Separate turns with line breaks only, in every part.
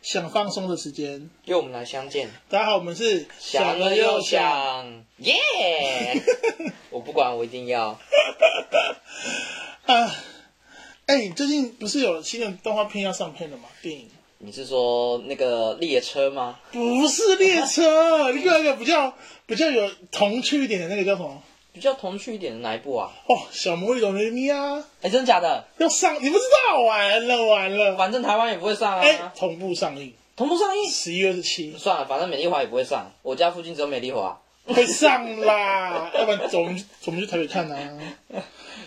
想放松的时间。
又我们来相见，
大家好，我们是
想了又，想，耶、我不管，我一定要。
啊，哎、最近不是有新的动画片要上片了吗？电影
你是说那个列车吗？
不是列 车，另外一个比较比较有童趣一点的那个叫什么？
比较童趣一点的哪一部啊？
哦，小魔女的咪咪啊，
哎、真的假的？
要上，你不知道，完了完了，
反正台湾也不会上啊，
哎、同步上映，
同步上映。
十一月十七
算了，反正美丽华也不会上，我家附近只有美丽华。
会上 啦，要不然走我们去我们去台北看啊。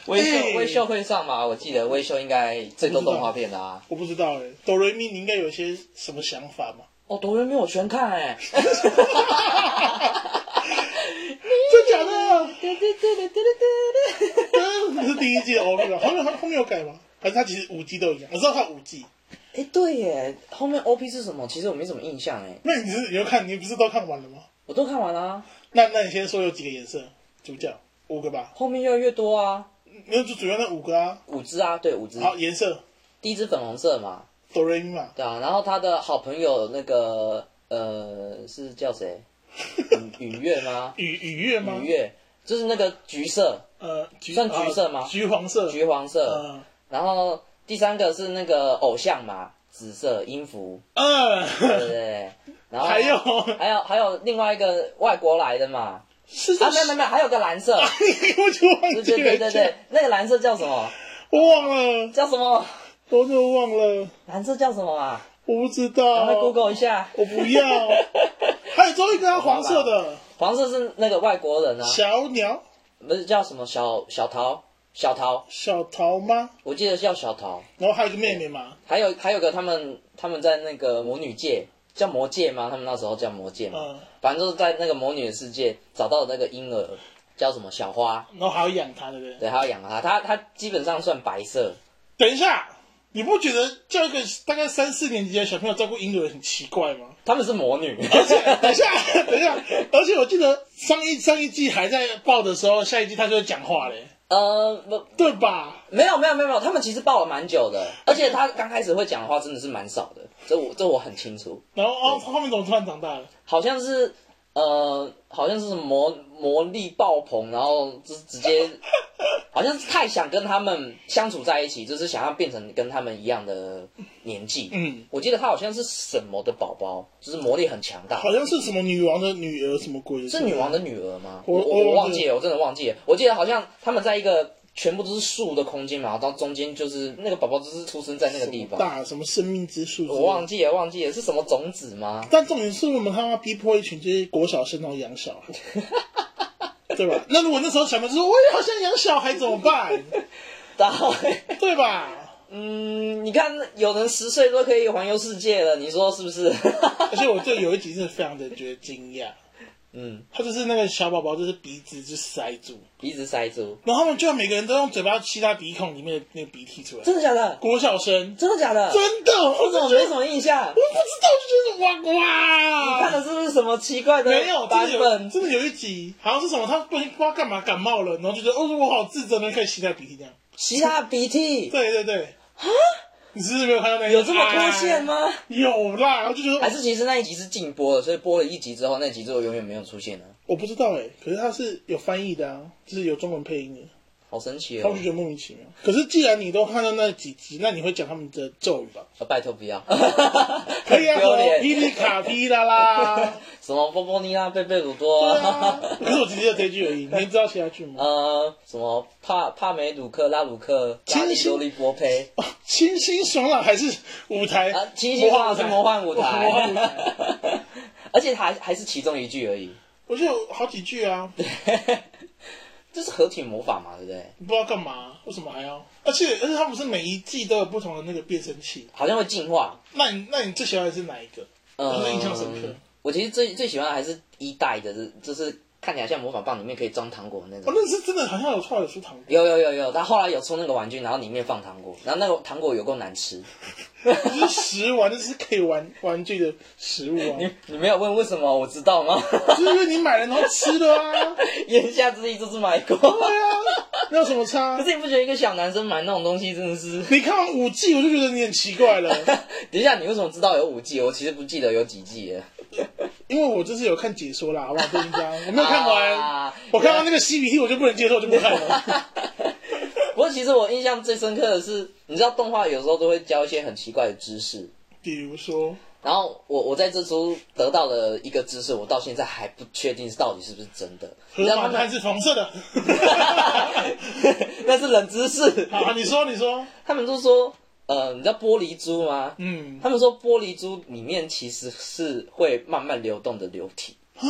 微秀、
哎
微秀会上吗？我记得微秀应该最多动画片的啊。
我不知道哎、哆瑞咪，你应该有些什么想法嘛？
哦，哆瑞咪我全看 哎、
真假的？ 嗯，你是第一季的 OP 吧？后面后面有改吗？还是它其实五季都一样？我知道它五季。
哎、对耶，后面 OP 是什么？其实我没什么印象哎，
那你是你要看，你不是都看完了吗？
我都看完啦、
那那你先说有几个颜色？主角五个吧，
后面越来越多啊，
那就主要那五个啊。
五只啊，对，五只。
好，颜色
第一只粉红色嘛，
哆瑞咪嘛，
对啊，然后他的好朋友那个呃是 叫谁？允允月吗？
雨雨月吗
允？月就是那个橘色、
呃，橘
算橘色吗
啊橘黄色。
橘黄色，
嗯
然后第三个是那个偶像嘛，紫色音符， 对
嗯，
不对？ 然后
还有
还有还有另外一个外国来 的嘛，
是
啊
这
没有没有没有，还有个 蓝色，
你我就忘
对
记
对
了，
对对对，那个蓝色叫什么？
我忘了，
叫什么？
我怎么忘了？
蓝色叫什么啊？
我不知
赶快
道。
Google 一下。
我不 要。还有最后一个啊黄色的
黄色是那个外国人啊，
小鸟、
不是叫什么小小桃，小桃，
小桃吗？
我记得叫小桃。
然后还有一个妹妹嘛，
还有还有个他们他们在那个魔女界叫魔界吗？他们那时候叫魔界嘛，
嗯
反正就是在那个魔女的世界找到那个婴儿，叫什么小花，
然后还要养它，对不对？
对，还要养它，它它基本上算白色，
等一下，你不觉得叫一个大概三四年级的小朋友照顾婴儿很奇怪吗？
他们是魔女，
而且，等一下，等一下，而且我记得上一上一季还在报的时候，下一季他就会讲话嘞，
呃不。
对吧？
没有没有没有没有，他们其实抱了蛮久的，而且他刚开始会讲的话真的是蛮少的，这我这我很清楚，
然后哦，后面怎么突然长大了？
好像是呃好像是什么魔魔力爆棚，然后就是直接好像是太想跟他们相处在一起，就是想要变成跟他们一样的年纪。
嗯，
我记得他好像是什么的宝宝，就是魔力很强大，
好像是什么女王的女儿，什么鬼的？
是女王的女儿吗？
我
我
我
我忘记了，我真的忘记了。我记得好像他们在一个全部都是树的空间嘛，然后到中间就是那个宝宝就是出生在那个地方，
大什么生命之树之类的？
我忘记了，忘记了是什么种子 吗？
但重点是我们他妈逼迫一群这些国小生然后养小孩， 对吧？那如果那时候小朋友说我也好想养小孩怎么办？
然后，
对吧？
嗯，你看有人十岁都可以环游世界了，你说是不 是？
而且我对有一集真的非常的觉得惊讶，
嗯，
他就是那个小宝宝就是鼻子就塞住，
鼻子塞住，
然后他们居然每个人都用嘴巴吸他鼻孔里面的那个鼻涕出来。
真的假的？
国小生
真的假的？
真的，我
我
真的
怎么
觉
没
得
什么印象？
我不知道，我就觉得哇哇。
看的是不是什么奇怪的
没有，
版
真的有，
本？
真的有一集，好像是什么，他不不知道干嘛感冒了，然后就觉得哦，我好自责，然后开始吸他鼻涕这样。
吸他鼻涕，
对对对。你是不是没有看到那一集
啊有这么脱线？
哎
吗？
有啦，我就觉得
还
哦
是其实那一集是禁播的，所以播了一集之后，那集就永远没有出现了，
我不知道哎、可是它是有翻译的啊，就是有中文配音的，
好神奇
他
哦
们就！觉得莫名其妙。可是既然你都看到那几集，那你会讲他们的咒语吧？
啊拜托不 要，
可以啊，
很
什
丢
么霹雳
脸，
卡皮啦啦，
什么波波尼拉、贝贝鲁多
对
啊
啊，可是我只记得这句而已，你知道其他句吗？
呃，什么帕帕梅鲁克、拉鲁克、拉
清
里
新
多利波佩
哦清新爽朗还是舞台
啊，清新化是
魔
魔幻
幻
舞
魔幻舞台，
台， 而且还还是其中一句而已，
我就有好几句啊，
这是合体魔法嘛，对不对？
不知道干嘛，为什么还要？而且而且他不是每一季都有不同的那个变声器，
好像会进化。
那你那你最喜欢的是哪一个？哦
呃
我是印象深刻。
我其实最最喜欢的还是一代的，这这是看起来像魔法棒，里面可以装糖果的那种
哦，。那是真的，好像有出来有出糖果，
有有有有，他后来有出那个玩具，然后里面放糖果，然后那个糖果有够难吃。
不是食玩，那是可以玩玩具的食物啊，
你你没有问为什么，我知道吗？
就是因为你买了然后吃的啊，
言下之意就是买过。
对啊，那有什么差 啊
可？是你不觉得一个小男生买那种东西真的是？
你看完五季我就觉得你很奇怪了，
等一下，你为什么知道有五季？我其实不记得有几季了。
因为我这是有看解说啦，好不好？这一章我没有看完，
啊
我看到那个 CPT 我就不能接受，我就不看了。
不过其实我印象最深刻的是，你知道动画有时候都会教一些很奇怪的知识，
比如说，
然后我我在这出得到了一个知识，我到现在还不确定是到底是不是真 的。你
河
知道他
马
们
滩是红色的。
那是冷知识。
好啊，你说，你说，
他们就说，呃，你知道玻璃珠吗？
嗯
他们说玻璃珠里面其实是会慢慢流动的流体，
啊，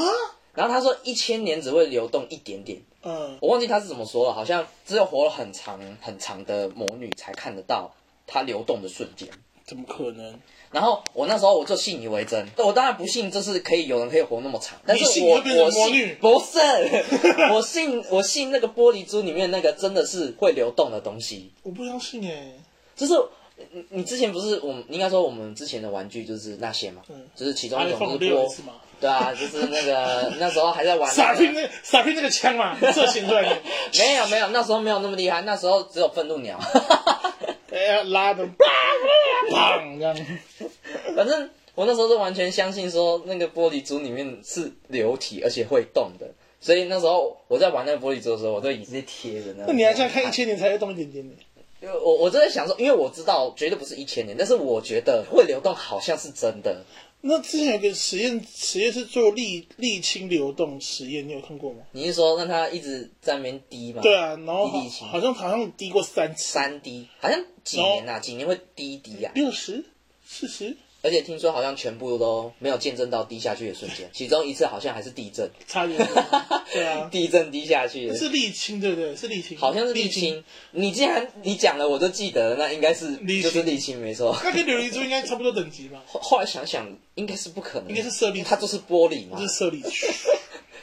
然后他说一千年只会流动一点点。
嗯，
我忘记他是怎么说了，好像只有活了很长很长的魔女才看得到它流动的瞬间。
怎么可能？
然后我那时候我就信以为真，我当然不信这是可以有人可以活那么长，但是
你信
我
会变成
我
魔
信
女
不是， 我信我信那个玻璃珠里面那个真的是会流动的东西，
我不相信哎，
就是你你之前不是我们应该说我们之前的玩具就是那些嘛，
嗯
就是其中一种
iPhone
就是
六
玻
S 嘛，
对啊，就是那个那时候还在玩、那
傻
个
逼那傻逼那个枪 嘛，射显出来的，
没有没有，那时候没有那么厉害，那时候只有愤怒鸟。
哎呀拉的，砰砰这样，
反正我那时候是完全相信说那个玻璃珠里面是流体，而且会动的。所以那时候我在玩那个玻璃珠的时候，我都已经贴着那。
那你还这样看一千年才会动一点点呢？
因为我我真的想说，因为我知道绝对不是一千年，但是我觉得会流动好像是真的。
那之前有个实验，实验是做沥沥青流动实验，你有看过吗？
你是说让它一直在那边滴吗？
对，啊，然后
沥青
好像好像滴过三次，
三滴，好像几年啊，几年会滴一滴啊。
六十、四十，
而且听说好像全部都没有见证到滴下去的瞬间，其中一次好像还是地震，
差点，对啊，
地震滴下去的
是沥青对不对？是沥青，
好像是沥
沥青。
青。你既然你讲了，我都记得了，那应该是
沥青
就是沥青没错。
那跟琉璃珠应该差不多等级吧？
后后来想想，应该是不可能，
应该是色
因为
沥，
它就是玻璃嘛
就，是色沥。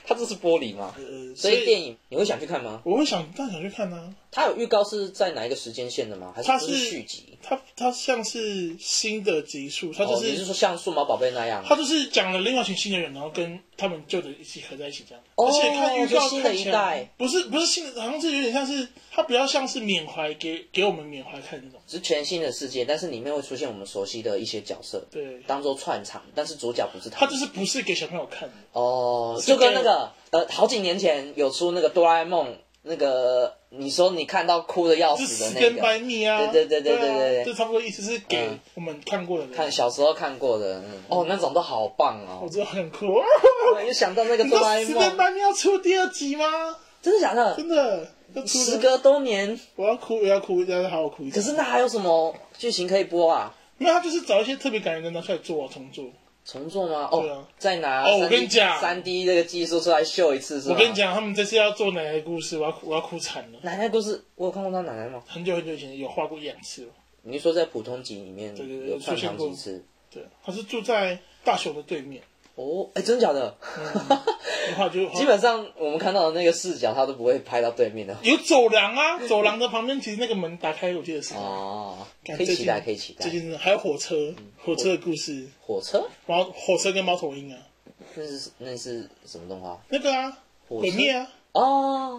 它就是玻璃嘛。
呃，
所以电影你会想去看吗？
我会想，但想去看啊呢、
它有预告是在哪一个时间线的吗？还是
它
就是续集？
它它像是新的集数，它就
哦，你
是、
是说像数码宝贝那样？
它就是讲了另外一群新的人，然后跟他们旧的一起合在一起这样。
哦
而且看预
就
告
新的
看起
一代
来不是不是新的，好像是有点像是它比较像是缅怀给给我们缅怀看那种。
是全新的世界，但是里面会出现我们熟悉的一些角色，
对，
当做串场，但是主角不是他
它
们。
就是不是给小朋友看的，
哦，
是
就跟
给
那个呃，好几年前有出那个哆啦 A 梦，那个你说你看到哭的要
就是
死
死
的那
跟
个，
白蜜啊，
对对对
对
对对对
啊，就差不多意思是给
嗯
我们看过的人。
看小时候看过的，嗯哦，那种都好棒
我
哦。
真的很酷。
我就想到那个
你知
哆
道
啦 A
《死跟
梦，
白蜜》要出第二集吗？
真的假的？
真的，要出了
时隔多年，
我要哭，我要哭，大家好好哭一下。
可是那还有什么剧情可以播啊？
没有，他就是找一些特别感人的拿出来做啊，重做。
重做吗？
对
哦
啊，
再拿
哦我跟你讲
三 D 这个技术出来秀一次是吗？
我跟你，讲，他们这次要做奶奶的故事，我要哭我要哭惨了。
奶奶故事我有看过他奶奶吗？
很久很久以前有画过一两次了。
你是说在普通集里面
对对对
有串
出现
场
过
几次？
对，他是住在大雄的对面，
哦，哎，真假的？
嗯然后就
基本上我们看到的那个视角，他都不会拍到对 面的。
有走廊啊，走廊的旁边其实那个门打开，我记得是。
哦，嗯
干
可以
最
期
近
待，可以期待
最。近还有火车，火车的故事，
火车？
猫火车跟猫头鹰啊，
那是那是什么动画？
那个啊，
火
毁灭
车？
啊，
哦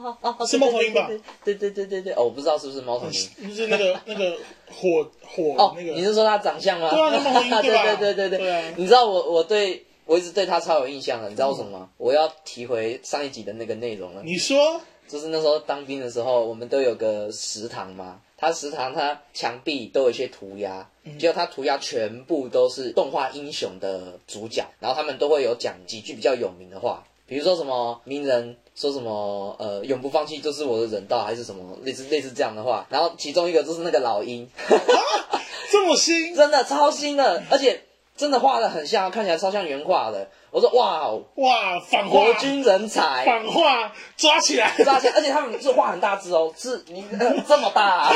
哦哦哦，
是猫头鹰吧
对对对对对，哦，我不知道是不是猫头鹰。
就是那 个那个火火
嗯哦，
那
你
个，
是说它长相吗？
对啊那猫头 鹰对吧
对对对对
对啊
你知道我我对我一直对它超有印象的，你知道为什么吗？我要提回上一集的那个内容了。
你说
就是那时候当兵的时候，我们都有个食堂嘛，它食堂它墙壁都有一些涂鸦，结果它涂鸦全部都是动画英雄的主角，然后他们都会有讲几句比较有名的话，比如说什么名人。说什么呃永不放弃就是我的人道还是什么类似类似这样的话，然后其中一个就是那个老鹰，
啊这么新，
真的超新的，而且真的画的很像，看起来超像原画的。我说哇哦，
哇，反话
国军人才，
反话抓起来，
抓起来，而且他们是画很大只哦，是你、呃这么大、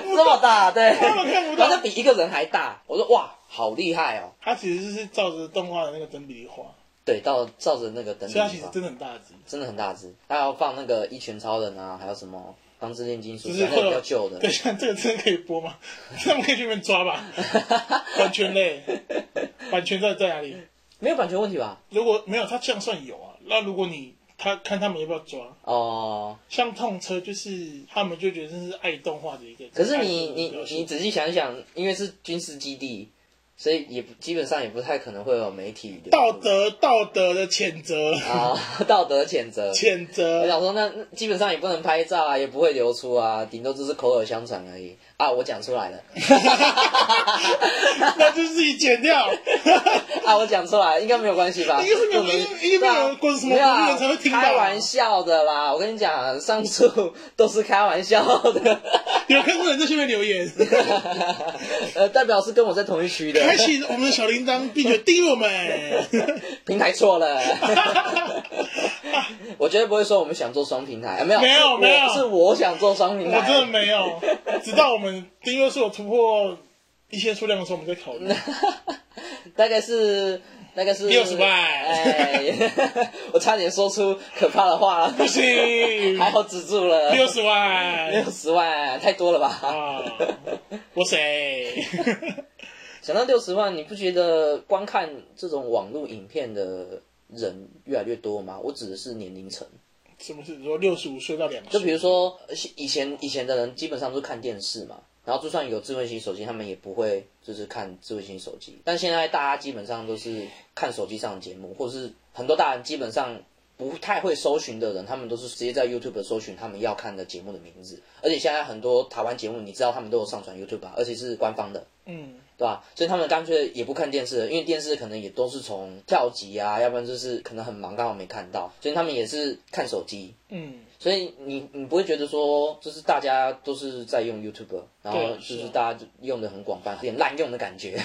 这么大，对，
他们看不
反正
到。
比一个人还大。我说哇，好厉害哦！
他其实是照着动画的那个真比例画，
对，到照着那个等
所以它
等
其实
放，
真的很大只。
真的很大只。他要放那个一拳超人啊，还有什么钢之炼金术
就
师，
是
还
会
有
有
比较旧的
对，。像这个真的可以播吗？ 他们可以去那边抓吧。版权嘞，版权在在哪里？
没有版权问题吧？
如果没有，他这样算有啊。那如果你他看他们要不要抓，
哦，
像痛车就是他们就觉得这是爱动画的一个。
可是你
爱
你
的表
你
现
仔细想想，因为是军事基地，所以也不基本上也不太可能会有媒体流
道
入
德道德的谴责，
啊、 道德谴责。
谴
我
责。
想说那，那基本上也不能拍照啊，也不会流出啊，顶多只是口耳相传而已啊。我讲出来了，
那就自己剪掉，
啊，我讲出来应该没有关系吧？
应该是没有
我们
应该应该没有人
对啊
关什么
没有啊
人才会听到
开玩笑的啦，我跟你讲，啊上述都是开玩笑的，
有看过人在下面留言，
呃，代表是跟我在同一区的，
开启我们的小铃铛，并且订阅我们。
平台 错了。我绝对不会说我们想做双平台，啊、没有
没有
我
没有
是我想做双平
我真的
台。
没有，直到我们订阅数有突破一些数量的时候，我们再考虑。
大概是大概是
60万
哎， 我差点说出可怕的话了，
不行，
还好止住了。
六十万
六十万太多了吧？
啊！我谁？
想到六十万，你不觉得观看这种网络影片的人越来越多吗？我指的是年龄层，
什么是说六十五岁到两岁？
就比如说呃以前以前的人基本上都是看电视嘛，然后就算有智慧型手机，他们也不会就是看智慧型手机。但现在大家基本上都是看手机上的节目，或是很多大人基本上。不太会搜寻的人，他们都是直接在 YouTube 搜寻他们要看的节目的名字，而且现在很多台湾节目，你知道他们都有上传 YouTube 啊，而且是官方的，
嗯，
对吧？所以他们干脆也不看电视了，因为电视可能也都是从跳级啊，要不然就是可能很忙刚好没看到，所以他们也是看手机。
嗯
所以你你不会觉得说，就是大家都是在用 YouTube，
对
然后
啊
就是是
啊
大家用的很广泛，有点滥用的感觉。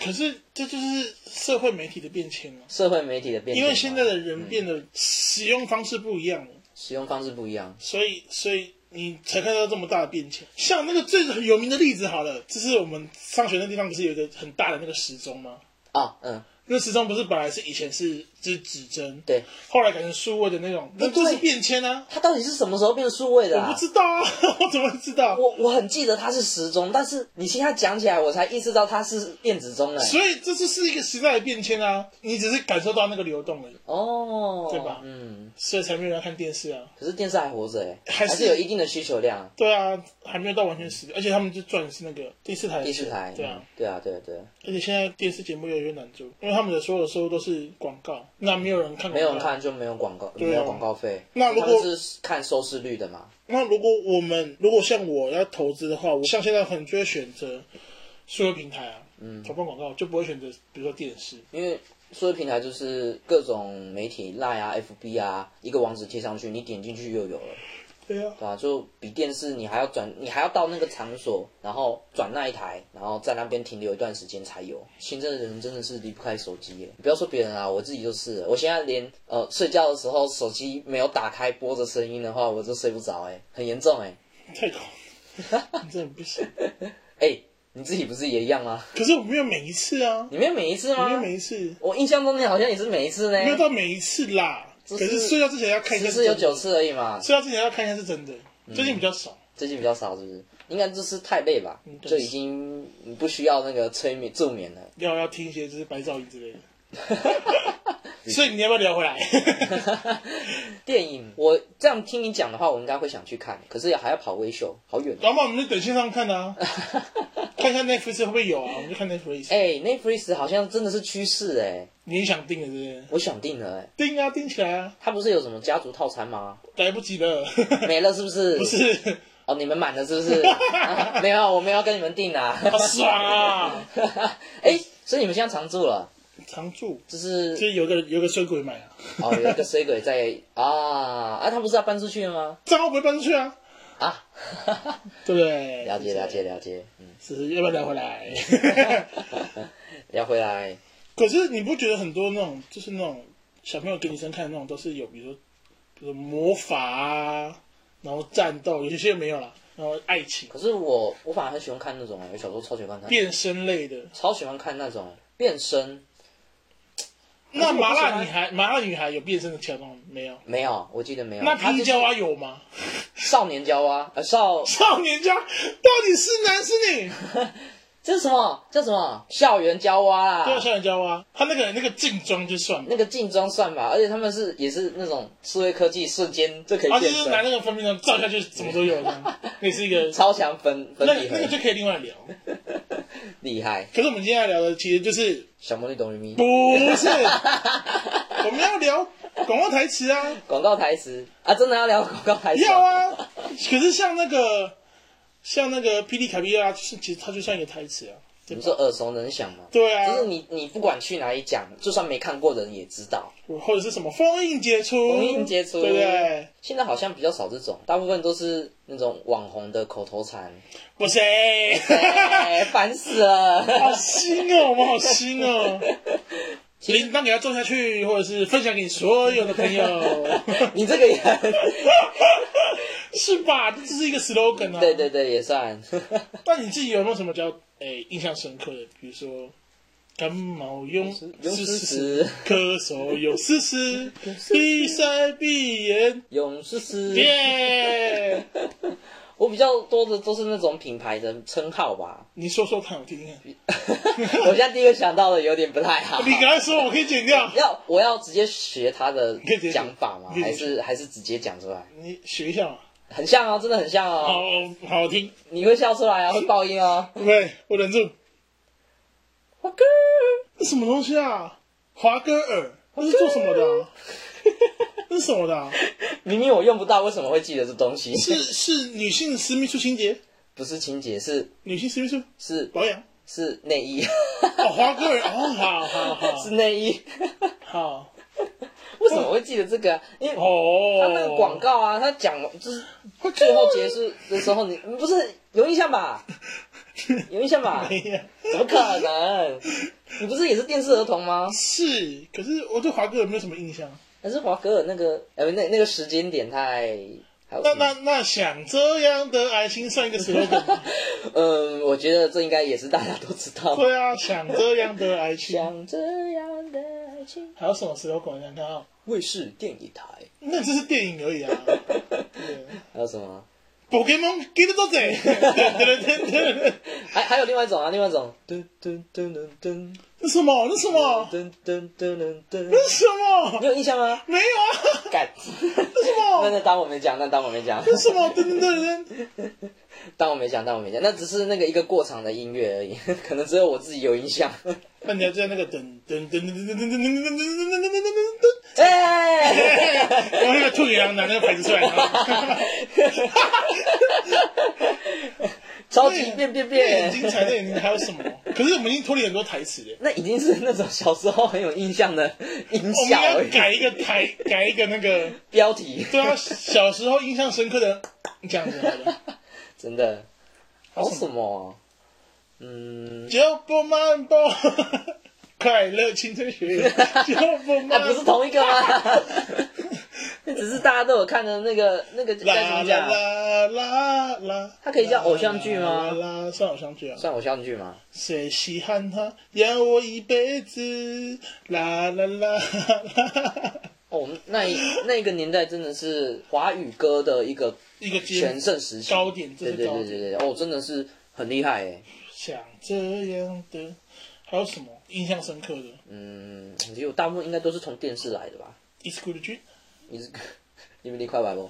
可是这就是社会媒体的变迁啊，
社会媒体的变
因
迁嘛，
为现在的人变得使用方式不一样了，
使用方式不一样，
所以所以。你才看到这么大的变迁，像那个最有名的例子好了，就是我们上学那地方不是有一个很大的那个时钟吗？
啊，嗯，
那时钟不是本来是以前是是指针，
对，
后来改成数位的那种，那就是变迁啊！
它到底是什么时候变数位的、
我
啊？
不知道啊， 我怎么会知道？
我我很记得它是时钟，但是你现在讲起来，我才意识到它是电子钟了。欸
所以这就是一个时代的变迁啊！你只是感受到那个流动而已，
哦，
对吧
嗯，
所以才没有人看电视啊。
可是电视还活着哎、
还是
有一定的需求量。
对啊，还没有到完全死掉，而且他们就赚的是那个第四台的
第
钱，
四台，
对啊。
嗯，对啊，对啊对啊，
而且现在电视节目越来越难做，因为他们的所有收入都是广告，那没有人看广告，
没有人。看就没有广告，
对啊
没有广告费。
那如果
他们是看收视率的嘛？
那如果我们如果像我要投资的话，我像现在很就会选择数位平台啊，嗯，投放广告就不会选择比如说电视，
因为数位平台就是各种媒体 Line 啊、FB 啊，一个网址贴上去，你点进去又有了，
对啊，
对吧、就比电视你还要转，你还要到那个场所，然后转那一台，然后在那边停留一段时间才有。现在的人真的是离不开手机耶，你不要说别人啊，我自己就是了，我现在连呃睡觉的时候手机没有打开播着声音的话，我就睡不着，哎，很严重哎。
太高，你真的不行。
哎、你自己不是也一样吗？
可是我没有每一次啊，
你没有每一次
我没有
吗？
每一次，
我印象中你好像也是每一次呢
没，有到每一次啦。
这
可
是
是睡觉之前要看一下
只
是
是有嗯
真的，
九次而已嘛。
睡觉之前要看一下是真的。最近比较少，
最近比较少，是不是？应该就是太累吧，
对
就已经不需要那个催眠助眠了。
要要听一些就是白噪音之类 的。所以你要不要聊回来？
电影，我这样听你讲的话，我应该会想去看，可是还要跑微秀，好远。哦
搞不好我们就等线上看 啊，看一下 Netflix 会不会有啊？我们就看 Netflix。
哎、那 f r e e z 好像真的是趋势哎，
你也想订了是不是？
我想定了哎，
订啊，订起来啊，
它不是有什么家族套餐吗？
来不及了。
没了是不是？
不是，
哦，你们满了是不 是？啊没有，我们要跟你们订啊。
好爽啊！
哎、所以你们现在常住了，
常驻
就是
就是有个有个水鬼买啊，
哦，有一个水鬼在啊啊，他不是要搬出去了吗？
账号不会搬出去啊，
啊，
对不对？
了解了解了解，嗯，
是要不要聊回来？
要回来
可是你不觉得很多那种就是那种小朋友给女生看的那种都是有，比如说，比如说魔法啊，然后战斗，有些没有啦，然后爱情、
可是我我反而很喜欢看那种哎、我小时候超喜欢看，
变身类的，
超喜欢看那种变身。
那麻
可是我不喜
辣
欢
女孩，啊麻辣女孩有变身的桥段没有？
没有，我记得没有。
那啊
他
霹雳
就
娇
是
娃有吗？
少年娇啊，呃少
少年家到底是男是女？
这是什么叫什么校园娇娃啦？
对啊，少年家娃，他那个那个正装就算了，
那个竞装算法，而且他们是也是那种数位科技瞬间就可以
啊，就
变
是
身，
拿那个分泌量照下去，什么都有 这样。那是一个，
超强粉粉
那
底
那个
很
就可以另外聊。
厉害，
可是我们今天要聊的其实就是
小魔女哆瑞咪
不 是， 我们要聊广告台词啊，
广告台词啊，真的要聊广告台词？
要，啊。可是像那个像那个霹雳卡比亚，就是其实它就算一个台词啊，对
你
吧？
说耳熟能详吗？
对啊
就，是你你不管去哪里讲，就算没看过的人也知道。
或者是什么封印解除，
封印解除
对不对？
现在好像比较少这种，大部分都是那种网红的口头 禅，
我 谁？
哎，烦死了。
好新哦，我们好新 哦。铃铛给它做下去，或者是分享给所有的朋 友，
你这个 也很，
是吧？这是一个 slogan 啊。
对对对，也算。
但你自己有没有什么比较诶、印象深刻的？比如说感冒用
用
湿
事
湿，
实，
咳嗽用湿湿，鼻塞鼻炎，
用事实。
耶！
我比较多的都是那种品牌的称号 吧。
你说说看，我听听看。
我现在第一个想到的有点不太好。
你刚才说我可以剪掉，
要我要直接学他的
可以直接
讲法吗？
你可
还
以直
是还是直接讲出来？
你学一下嘛，
很像哦，真的很像
好
哦。
好好听。
你会笑出来啊，会爆音哦。
喂，我忍住。
我哥，
这什么东西啊？华歌尔，那是做什么的、啊？那是什么的、啊？
明明我用不到，为什么会记得这东西？
是是女性私密处清洁，
不是清洁，是
女性私密处
是
保养。
是内衣，
哦，华歌尔，哦，好好好
是内衣。
好，
为什么会记得这个啊？因为
哦，
他那个广告啊，他讲就是
告
最后结束的时候，你你不是有印象吧？有印象吧？
没有
怎么可能？你不是也是电视儿童吗？
是，可是我对华歌尔没有什么印象。
但是华格尔那个，哎、不那那个时间点太，还有
那那那想这样的爱情算一个 slogan 吗？
嗯，我觉得这应该也是大家都知道。
对啊，想这样的爱情，
像这样的爱情，
还有什么 slogan？我想看啊，
卫视电影台，
那只是电影而已啊。对
还有什么？
Pokemon get 到嘴，
还还有另外一种啊，另外一种，噔噔噔噔噔
那什么？那什么？
噔噔噔噔
那
噔，
什么
你？有印象吗？
没有啊？
干，
那什
那
么？
那当我没讲，那当我没讲，
那什么？等等等等，
当我没讲，当我没讲，那只是那个一个过场的音乐而已， 可能只有我自己有印 象。
那你要在那个等等等等等等等等等等等等等等等。
哎、
然后那个兔羊拿那个牌子出来，
超级变变
那眼
变，
睛彩那眼睛还有什么？可是我们已经脱离很多台词了。
那已经是那种小时候很有印象的音
我们
效
要
而已
改一个台，改一个那个，
标题，
对啊，小时候印象深刻的这样子好了。
真的
好
好
什么
什么啊？嗯，
就不漫步， 快乐青春 学院，就不
那、
漫
啊不是
步。
同一个吗？那只是大家都有看的那个那个叫什
啦
么啊
啦
讲？
啦啦啦，
它可以叫偶像剧吗
啦啦啦算偶像剧啊。
算偶像剧吗？
谁稀罕他养我一辈子？啦啦啦啦，
哦，那一
嗯
那个年代真的是华语歌的一个
一个
全
尖
盛时期，
高点，这
对
是
对
高
对
点。
对对，哦，真的是很厉害哎。
像这样的，还有什么印象深刻的？
嗯，我觉得我大部分应该都是从电视来的吧。
一次过的君，
你是 你们离快白 不？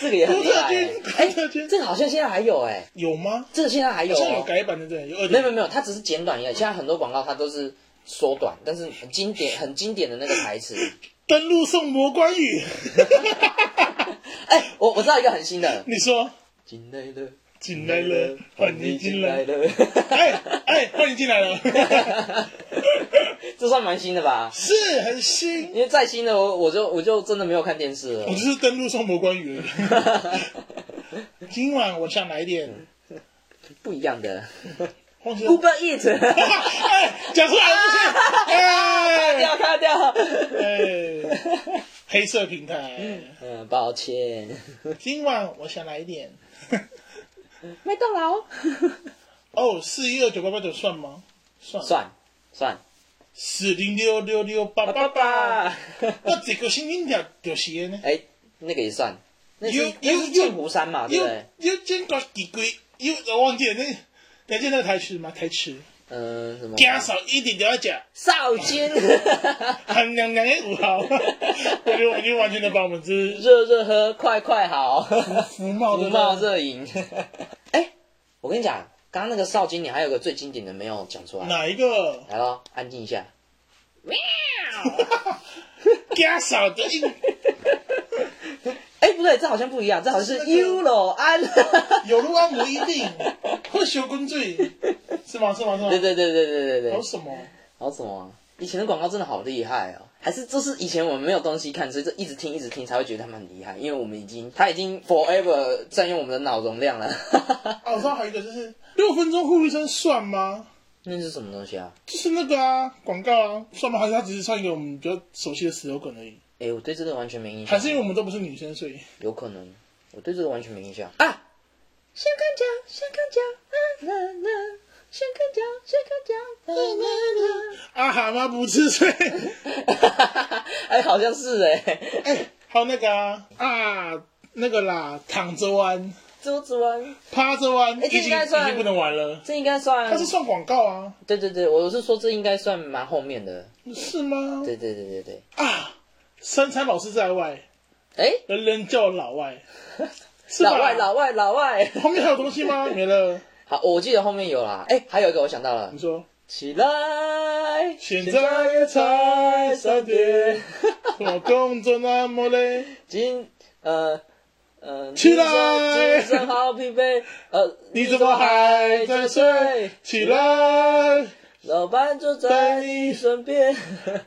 这个也很
郭
厉
特
害
君，
欸。
郭特君
这个好像现在还有哎、
有吗？
这个现在还有、
好像有
哦。
改版的，对，有二
没有
点
没有没有，它只是简短一点。现在很多广告它都是缩短，但是很经典很经典的那个台词。
登录送魔关羽，
哎、我我知道一个很新的，
你说。
进来了，
进来了，欢迎进来。
了，
哎哎，欢迎进来了，
哎 这算蛮新的吧？
是很新。
因为再新的我我就我就真的没有看电视了
我。就是登录送魔关羽了。今晚我想来点，
不一样的
忘记了
Uber Eat，
哎，讲出来了不是？
卡
哎
掉卡掉。
哎，黑色平台。
嗯，抱歉，
今晚我想来点。
麦当劳
哦，四一二九八八九算吗？算
算算
四零六六六八八
爸
八，
爸，
我这个星期条就是呢，
哎，那个也算，那是
You-
那
you-
是剑湖山嘛，对不
有
对？
有见过几鬼？有我忘记了那，你还记得那个台词吗？台词，
嗯，什么？
加少一点了解，
少金，
很娘娘的舞蹈，我就我就完全的把我们这
热热喝，快快好，
福茂
不
的
冒热饮。 哎，我跟你讲，刚刚那个少金，你还有个最经典的没有讲出来，
哪一个？
来咯，安静一下。
加少的一
哎，不对，这好像不一样，这好像
是
是
那个
Euro 安。
有路安我一定，会修滚罪，是吗？是吗？是吗？
对对对对对对对
有，什么？
好什么啊？以前的广告真的好厉害哦，还是就是以前我们没有东西看，所以就一直听一直听才会觉得他们很厉害，因为我们已经他已经 forever 占用我们的脑容量了。
啊，我知道还有一个就是六分钟呼吁声算吗？
那是什么东西啊？
就是那个啊，广告啊，算吗？还是他只是唱一个我们比较熟悉的 slogan 而已？
哎、我对这个完全没印
还
象。
是因为我们都不是女生，所以
有可能，我对这个完全没印象啊。 香港脚，香港脚，啊啦啦，香港脚，香港脚，啦啦
啊蛤蟆不吃水。
啦。哎、好像是哎、
哎，还有那个啊，啊那个啦，躺着玩，
桌子玩，
趴着玩，
哎
已
这
经
应
已
该算
经不能玩了。
啊这应该算
它。是算广告啊，
对对对，我是说这应该算蛮后面的。
是吗？
对对对对对。
啊，三餐老是在外，
哎、
人人叫老外，是吧
老外，老外，老外。
后面还有东西吗？没了。
好，我记得后面有啦。哎、还有一个我想到了
你，说，
起来，
现在也才三点，怎么工作那么累？
今呃呃，
起来
精神好疲惫，呃，
你怎么还在睡？起来，
老伴就在你身边。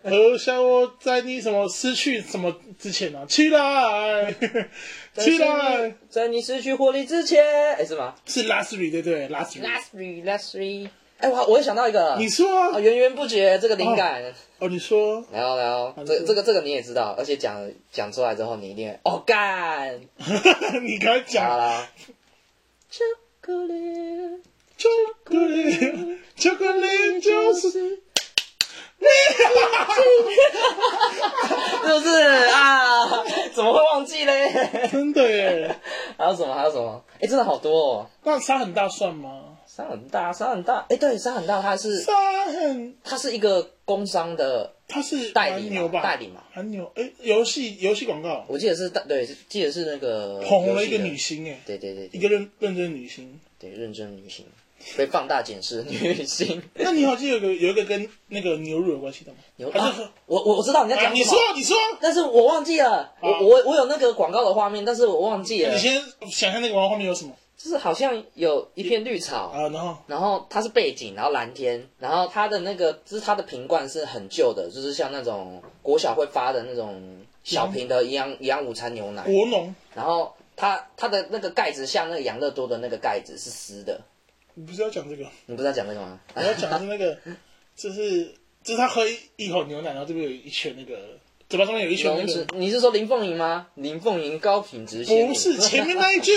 和小呃我在你什么失去什么之前啊？起 来， 起来，，
在你失去活力之前，哎，是吗
是 last three 对不对？last three，
？Last three, last three。哎，我我也想到一个了，
你说
哦，
啊？
源源不绝这个灵感。
哦，你说
来哦来哦，
好
这
你
个
说
这个这个你也知道，而且讲讲出来之后，你一定会哦干，
你刚才
好
讲
啦。 巧克力，
巧克力，巧克力 就是
是不是啊？怎么会忘记嘞？
真的耶。
还有什么？还有什么？哎、真的好多哦。
那沙很大算吗？
沙很大，沙很大，哎、对，沙很大，它是
沙很，
它是一个工商的，
它是
代理嘛啊
蛮牛吧？
代理嘛，
蛮牛。哎，游戏游戏广告
我记得是大，对，记得是那个
捧红了一个
嗯游戏的啊
女，星哎，
对对对
一
对
个认认真的女星。
对，认真女星，被放大检视的 女星。
那你好像有一个有一个跟那个牛乳有关系的吗？
有
还是
啊
说，
我我我知道你在
啊，
讲
你
什
说
么，
你说，
但是我忘记了，我
好
我我有那个广告的画面，但是我忘记了
你，先想象那个王后面有什么
就是好像有一片绿草，
啊？然后
然后它是背景，然后蓝天，然后它的那个就是它的瓶罐是很旧的，就是像那种国小会发的那种小瓶的营
嗯
养营养午餐牛奶，
国农
然后它它的那个盖子像那个养乐多的那个盖子是湿的，
你不是要讲这个？
你不知道讲这个吗？
我要讲的是那个， 就是就是他喝一一口牛奶，然后这边有一圈那个嘴巴上面有一圈那
龙子
个，，
你是说林凤营吗？林凤营高品质鲜乳
不 是前面那一句，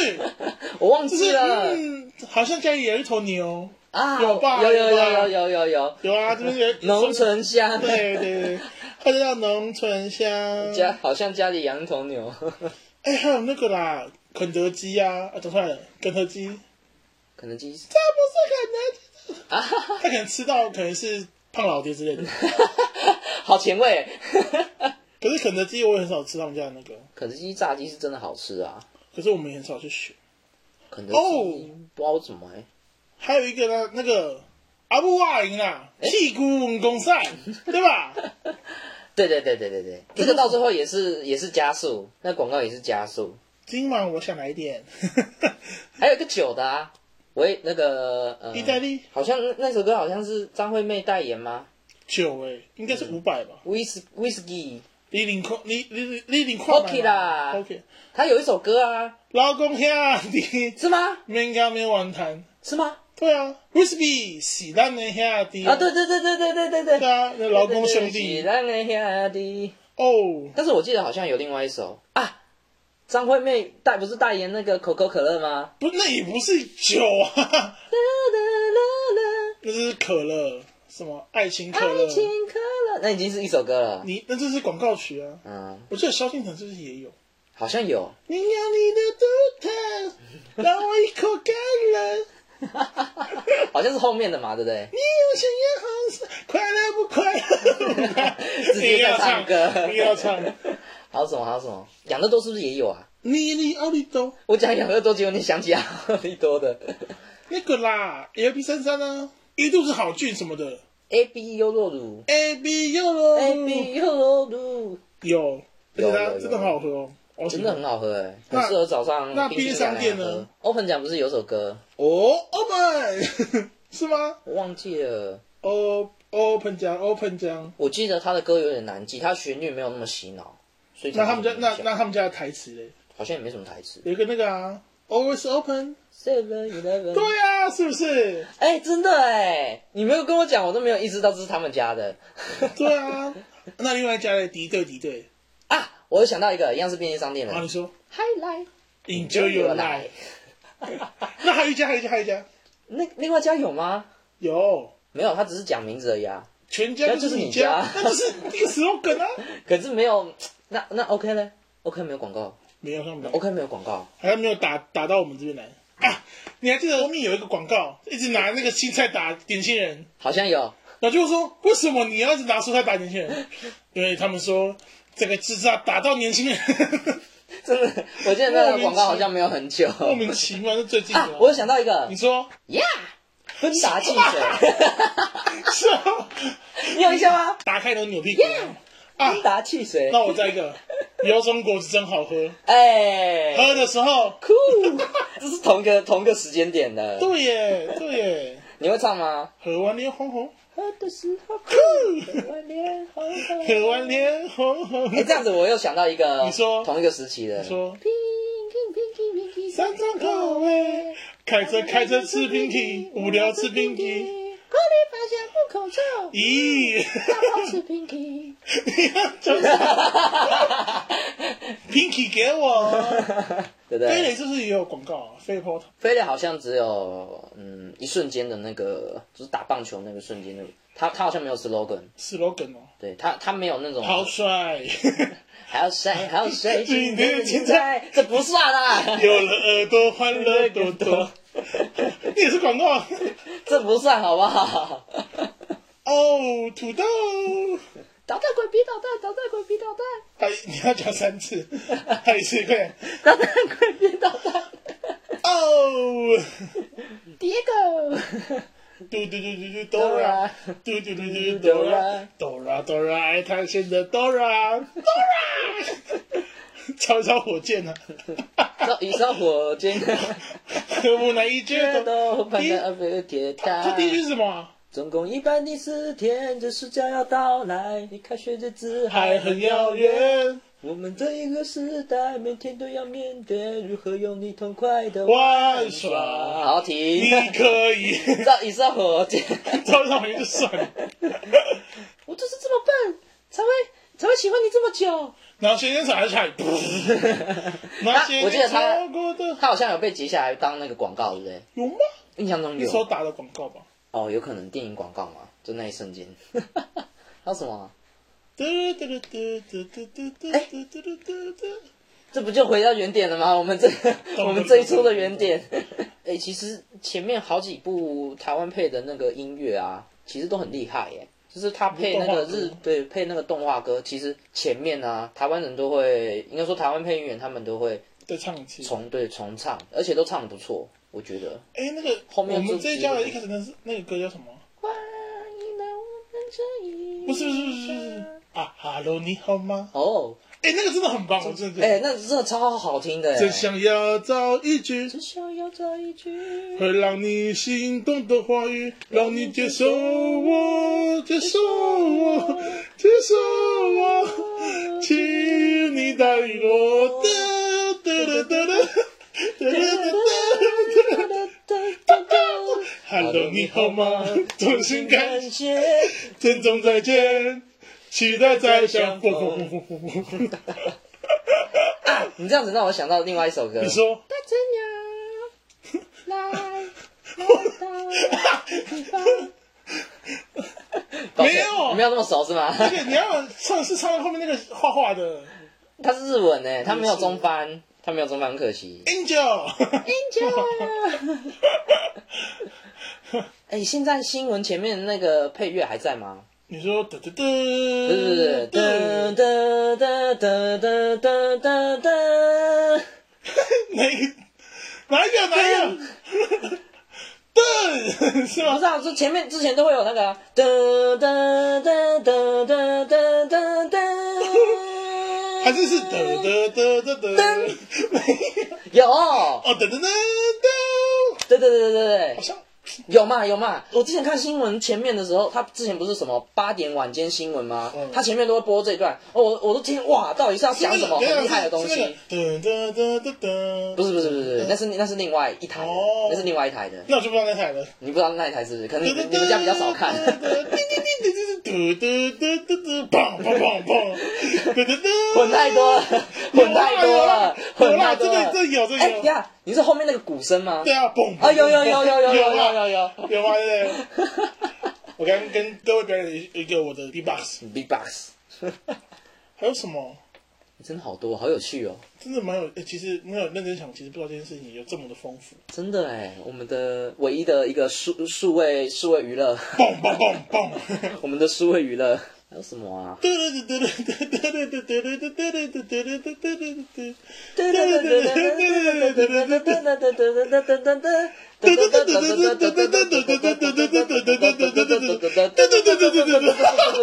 我忘
就
记
是
了
嗯，好像家里有一头牛，
啊，
有吧
有有
有吧
有有有有有
有啊，这边有
农，村乡，
对对对，或者叫农村乡
家好像家里养一头牛，
哎，还有那个啦，肯德基啊，啊，讲出来了，肯德基，
肯德基
这不是肯德基，
啊，哈哈
他可能吃到可能是胖老爹之类的，
好前卫。
可是肯德基我也很少吃他们家的那个，
肯德基炸鸡是真的好吃啊，
可是我们也很少去学。
肯德基、
哦
不知道怎么哎、
还有一个呢，那个阿布瓦赢啦，屁股文公赛，对吧？
对对对对对对，这个到最后也是也是加速，那广告也是加速，
今晚我想来一点
还有一个酒的啊，喂那个呃，
意大利
好像那那首歌好像是张惠妹代言吗
酒、欸，哎，应该
嗯
是五百吧？
？Whis Whisky，
你领空，你你你领矿
OK 啦
，OK。
她有一首歌啊，
老公兄弟，
是吗？
免讲免玩谈，
是吗？
对啊，Whisky 是咱的兄弟
啊，对对对对对对对对
对，啊，那老公兄
是
弟
咱的兄弟。
哦，
但是我记得好像有另外一首啊，张惠妹代不是代言那个可口可乐吗？
不，那也不是酒啊，那是可乐，什么爱情可
爱
乐，
情可乐，那已经是一首歌了。
你那这是广告曲啊，
嗯，
我记得萧敬腾是不是也有？
好像有。
你要你的独特，让我一口干了。
好像是后面的嘛，对不对？
你有想要红色，快乐不快乐？
直接在唱歌
你要唱。
还有什么？还有什么？养乐多是不是也有啊？
你你奥利都
我讲养乐多，结果你想起养乐多 的
那个啦，L B 三三啊，一肚子好菌什么的
A B 优酪乳
，A B 又喽
，A B 优酪乳
有，而且它
有有
真的很好喝哦，我喜
真
欢
的很好喝哎，
那
很适合早上
那
冰淇
便
淋
利商店
来喝
呢
？Open 讲不是有首歌，
哦，Open 是吗
我忘记了，
？O Open 讲 Open 讲，
我记得他的歌有点难记，他旋律没有那么洗脑，所以
那他们家
才
那
印象
那他们家的台词嘞，
好像也没什么台词。
有一个那个啊，Always Open，
Seven Eleven，
对啊，是不是？
哎，真的哎，你没有跟我讲，我都没有意识到这是他们家的
对 啊，那另外一家嘞，敌对敌对，
啊！我又想到一个，一样是便利商店的
啊好，你说
Highlight。
Enjoy your life。那还有一家，还有一家，还有一家，
那另外一家有吗？
有
没有，他只是讲名字而已啊。
全家就是你家，那
那
就
就是
那个 slogan 啊。
可是没有，那那 OK 呢？OK 没有广告
没有，他们没有，
，OK 没有广告。
好像没有打打到我们这边来啊。你还记得后面有一个广告，一直拿那个青菜打年轻人，
好像有，
然后就说为什么你要一直拿蔬菜打年轻 人？因为他们说这个就是要打到年轻人，
真的，我记得那个广告好像没有很久。
莫名其妙是最近的
啊，我有想到一个
你说
呀，芬达汽水，
是啊？
你有印象吗？
打开都扭屁股
Yeah
啊
芬！达汽水，
那我再一个，油中果汁真好喝，
哎，
喝的时候，
酷，这是同个同个时间点的。
对耶，对耶。
你会唱吗？
喝完脸红红，
喝的时候，
喝完脸红红。
哎，这样子我又想到一个，
你说
同一个时期的，
说三种口味，开车开车吃冰淇淋，无聊吃冰淇淋。
合理发现不口罩，
咦，
大包吃冰淇淋。
就是 Pinky 给我。
对不
飞
对
磊？是不是也有广告啊？飞波
飞雷好像只有嗯一瞬间的那个，就是打棒球那个瞬间的，他他好像没有 slogan，
slogan 哦，
对他他没有那种
好帅，
还有谁还有谁
今天
今天
的
的
精
精
彩
彩，这不算啦，
有了耳朵欢乐多多。 你也是广告啊
这不算好不好？
哦，土豆。
捣蛋滚皮捣蛋，捣蛋滚皮捣蛋，
还你要讲三次，还有一次快点
捣蛋滚皮捣蛋。
哦。
Diego，
嘟嘟嘟嘟嘟哆啦，嘟嘟嘟哎嘟哆啦，哆啦哆啦爱探险的哆啦，哆啦，超超火箭呢、啊，
这一艘火箭
科目那一句的，
都攀到二百铁塔
他，第一句是什么啊？
总共一百零四天，这暑假要到来，离开学日子
还很遥。远，
我们这一个时代，每天都要面对如何用你痛快的
玩耍
好
你
停。
可以，
这以上火箭，
超超火箭就算了，
我就是这么笨，才会才会喜欢你这么久。
然后仙人掌还是喊， 那些
我记得他
错过的
他好像有被截下来当那个广告，对不对？
有吗？
印象中
那时候
有
打的广告吧。
哦，有可能电影广告嘛，就那一瞬间。还有什么啊？
嘟嘟嘟嘟嘟嘟嘟嘟嘟嘟嘟嘟。
这不就回到原点了吗？ 我 们这
懂
我们这一出的原点。 哎、其实前面好几部台湾配的那个音乐啊，其实都很厉害耶。就是他配那个
动画歌
日对配那个动画歌，其实前面啊，台湾人都会，应该说台湾配音员他们都会
再唱一次。
重对重唱，而且都唱的不错，我觉得。
哎、那个
后面
我们
就
这一
直
家
接
的一开始那是那个歌叫什么？
欢迎来我们这一。
不是不是不是不是啊，Hello，你好吗？
哦，
哎、那个真的很棒，我真的觉
哎、
得。
那真的超好听的耶。
真想要造一句
只想要找一句。
会让你心动的话语，让你接受我，接受我，接受我，请你带领我。哒哒哒哒哒哒哒哒哒哒。Hello，你好吗？衷心感谢。
谢。
珍重再见，期待再相逢。
你这样子让我想到另外一首歌，
你说，
带着鸟来来到远方，
抱歉
没有
没有那么熟是 吗？
而且你要唱是唱到后面那个画画的
他是日文呢，他没有中翻，他没有中翻，很可惜。
Angel，
Angel，哎，现在新闻前面那个配乐还在吗？
你说哒哒哒，
不是，哒哒哒哒哒哒哒哒。
哪一个哪一个哪一个？ 对，是
不
吗？
是啊，就前面之前都会有那个啊哒哒哒哒哒哒哒哒，
还是是哒哒哒哒哒？
噔
没有
有
哦，哒哒哒哒，
对对对对对
好，像
有嘛有嘛。我之前看新闻前面的时候，他之前不是什么八点晚间新闻吗
嗯？
他前面都会播这一段，哦，我我都听哇，到底是要讲什么很厉害的东西？。
是那个是那个哒哒哒哒
不
哒，
是不是不是不是，那是那是另外一台的
嗯哦，
那是另外一台的，
那我就不知道那台了。
你不知道那一台是不是？可能你们你们家比较少看。
嘟嘟嘟嘟嘟，砰砰砰砰，嘟嘟嘟，
混太多了，混太多了，混太多了。
这这有这
哎
有，
呀，你是后面那个鼓声吗
对？啊，蹦
啊，有有有有有有有有
有
有
有吗？对不对？我刚跟各位表演一一个我的 D box，
，Big Box，
还有什么？
真的好多，好有趣哦，
真的蛮有，哎其实没有认真想，其实不知道这件事情有这么的丰富。
真的哎，我们的唯一的一个数数位数位娱乐，
蹦蹦蹦蹦。
我们的数位娱乐还有什么啊？嘣嘣，噔噔噔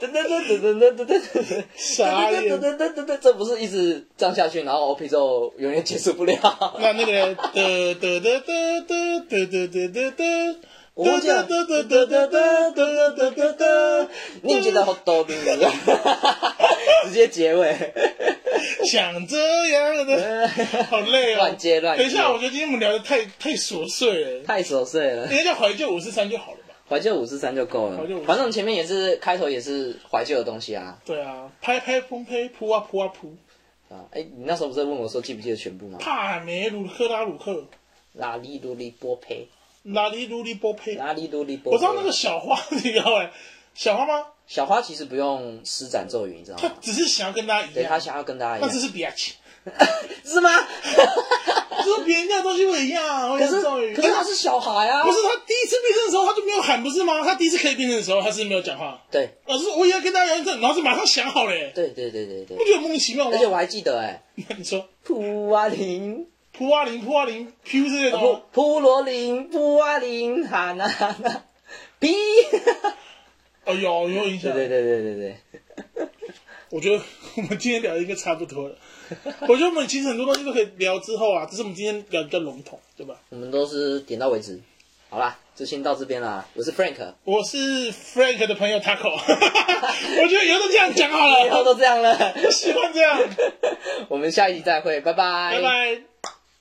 噔噔噔噔，
傻眼
噔噔噔噔，这不是一直这样下去，然后 OP 就永远结束不了。
那那个得得得得得得得得得得，
我忘记了
得得得得得得得得得，
你觉得好逗的，直接结尾，
想这样的，好累哦，
乱接乱接
等一下，我觉得今天我们聊的太太琐碎了，
太琐碎了
应。该叫怀旧五四三就好了吧？
怀旧五十三就够了
怀旧五，十
反正我们前面也是开头也是怀旧的东西啊。
对啊，拍拍风拍，扑啊扑啊扑，
啊，哎，你那时候不是问我说记不记得全部吗？
帕梅鲁克拉鲁克，
拉里鲁里波佩，
拉里鲁里波佩，
拉里鲁里波
我
佩。
知道那个小花，你知道哎，小花吗？
小花其实不用施展咒语，你知道
他
吗？
只是想要跟大家一
对他
样，
想要跟大家一
那只
样，
是比亚奇，
是 吗？
就是别人家的东西会一 样，啊我
可
也
是
终于
可是他是小孩啊，
不是他第一次变身的时候，他就没有喊，不是吗？他第一次可以变身的时候，他是没有讲话。
对
老师，我也要跟大家讲，然后就马上想好了耶，
对对对对对
不，觉得莫名其妙吗
而？且我还记得哎，
你说
普瓦林，
扑啊林扑啊林 Q 这些
呃
东
普
西，
普罗林，普瓦林，哈娜哈娜，比，
哦有有影
对
响。
对对对对对，
我觉得我们今天聊的应该差不多了。我觉得我们其实很多东西都可以聊之后啊，只是我们今天聊得比较笼统，对吧？
我们都是点到为止，好啦，就先到这边啦。我是 Frank，
我是 Frank 的朋友 Taco，我觉得以后都这样讲好
以后
了，
都这样了，
喜欢这样，
我们下一集再会，拜
拜拜。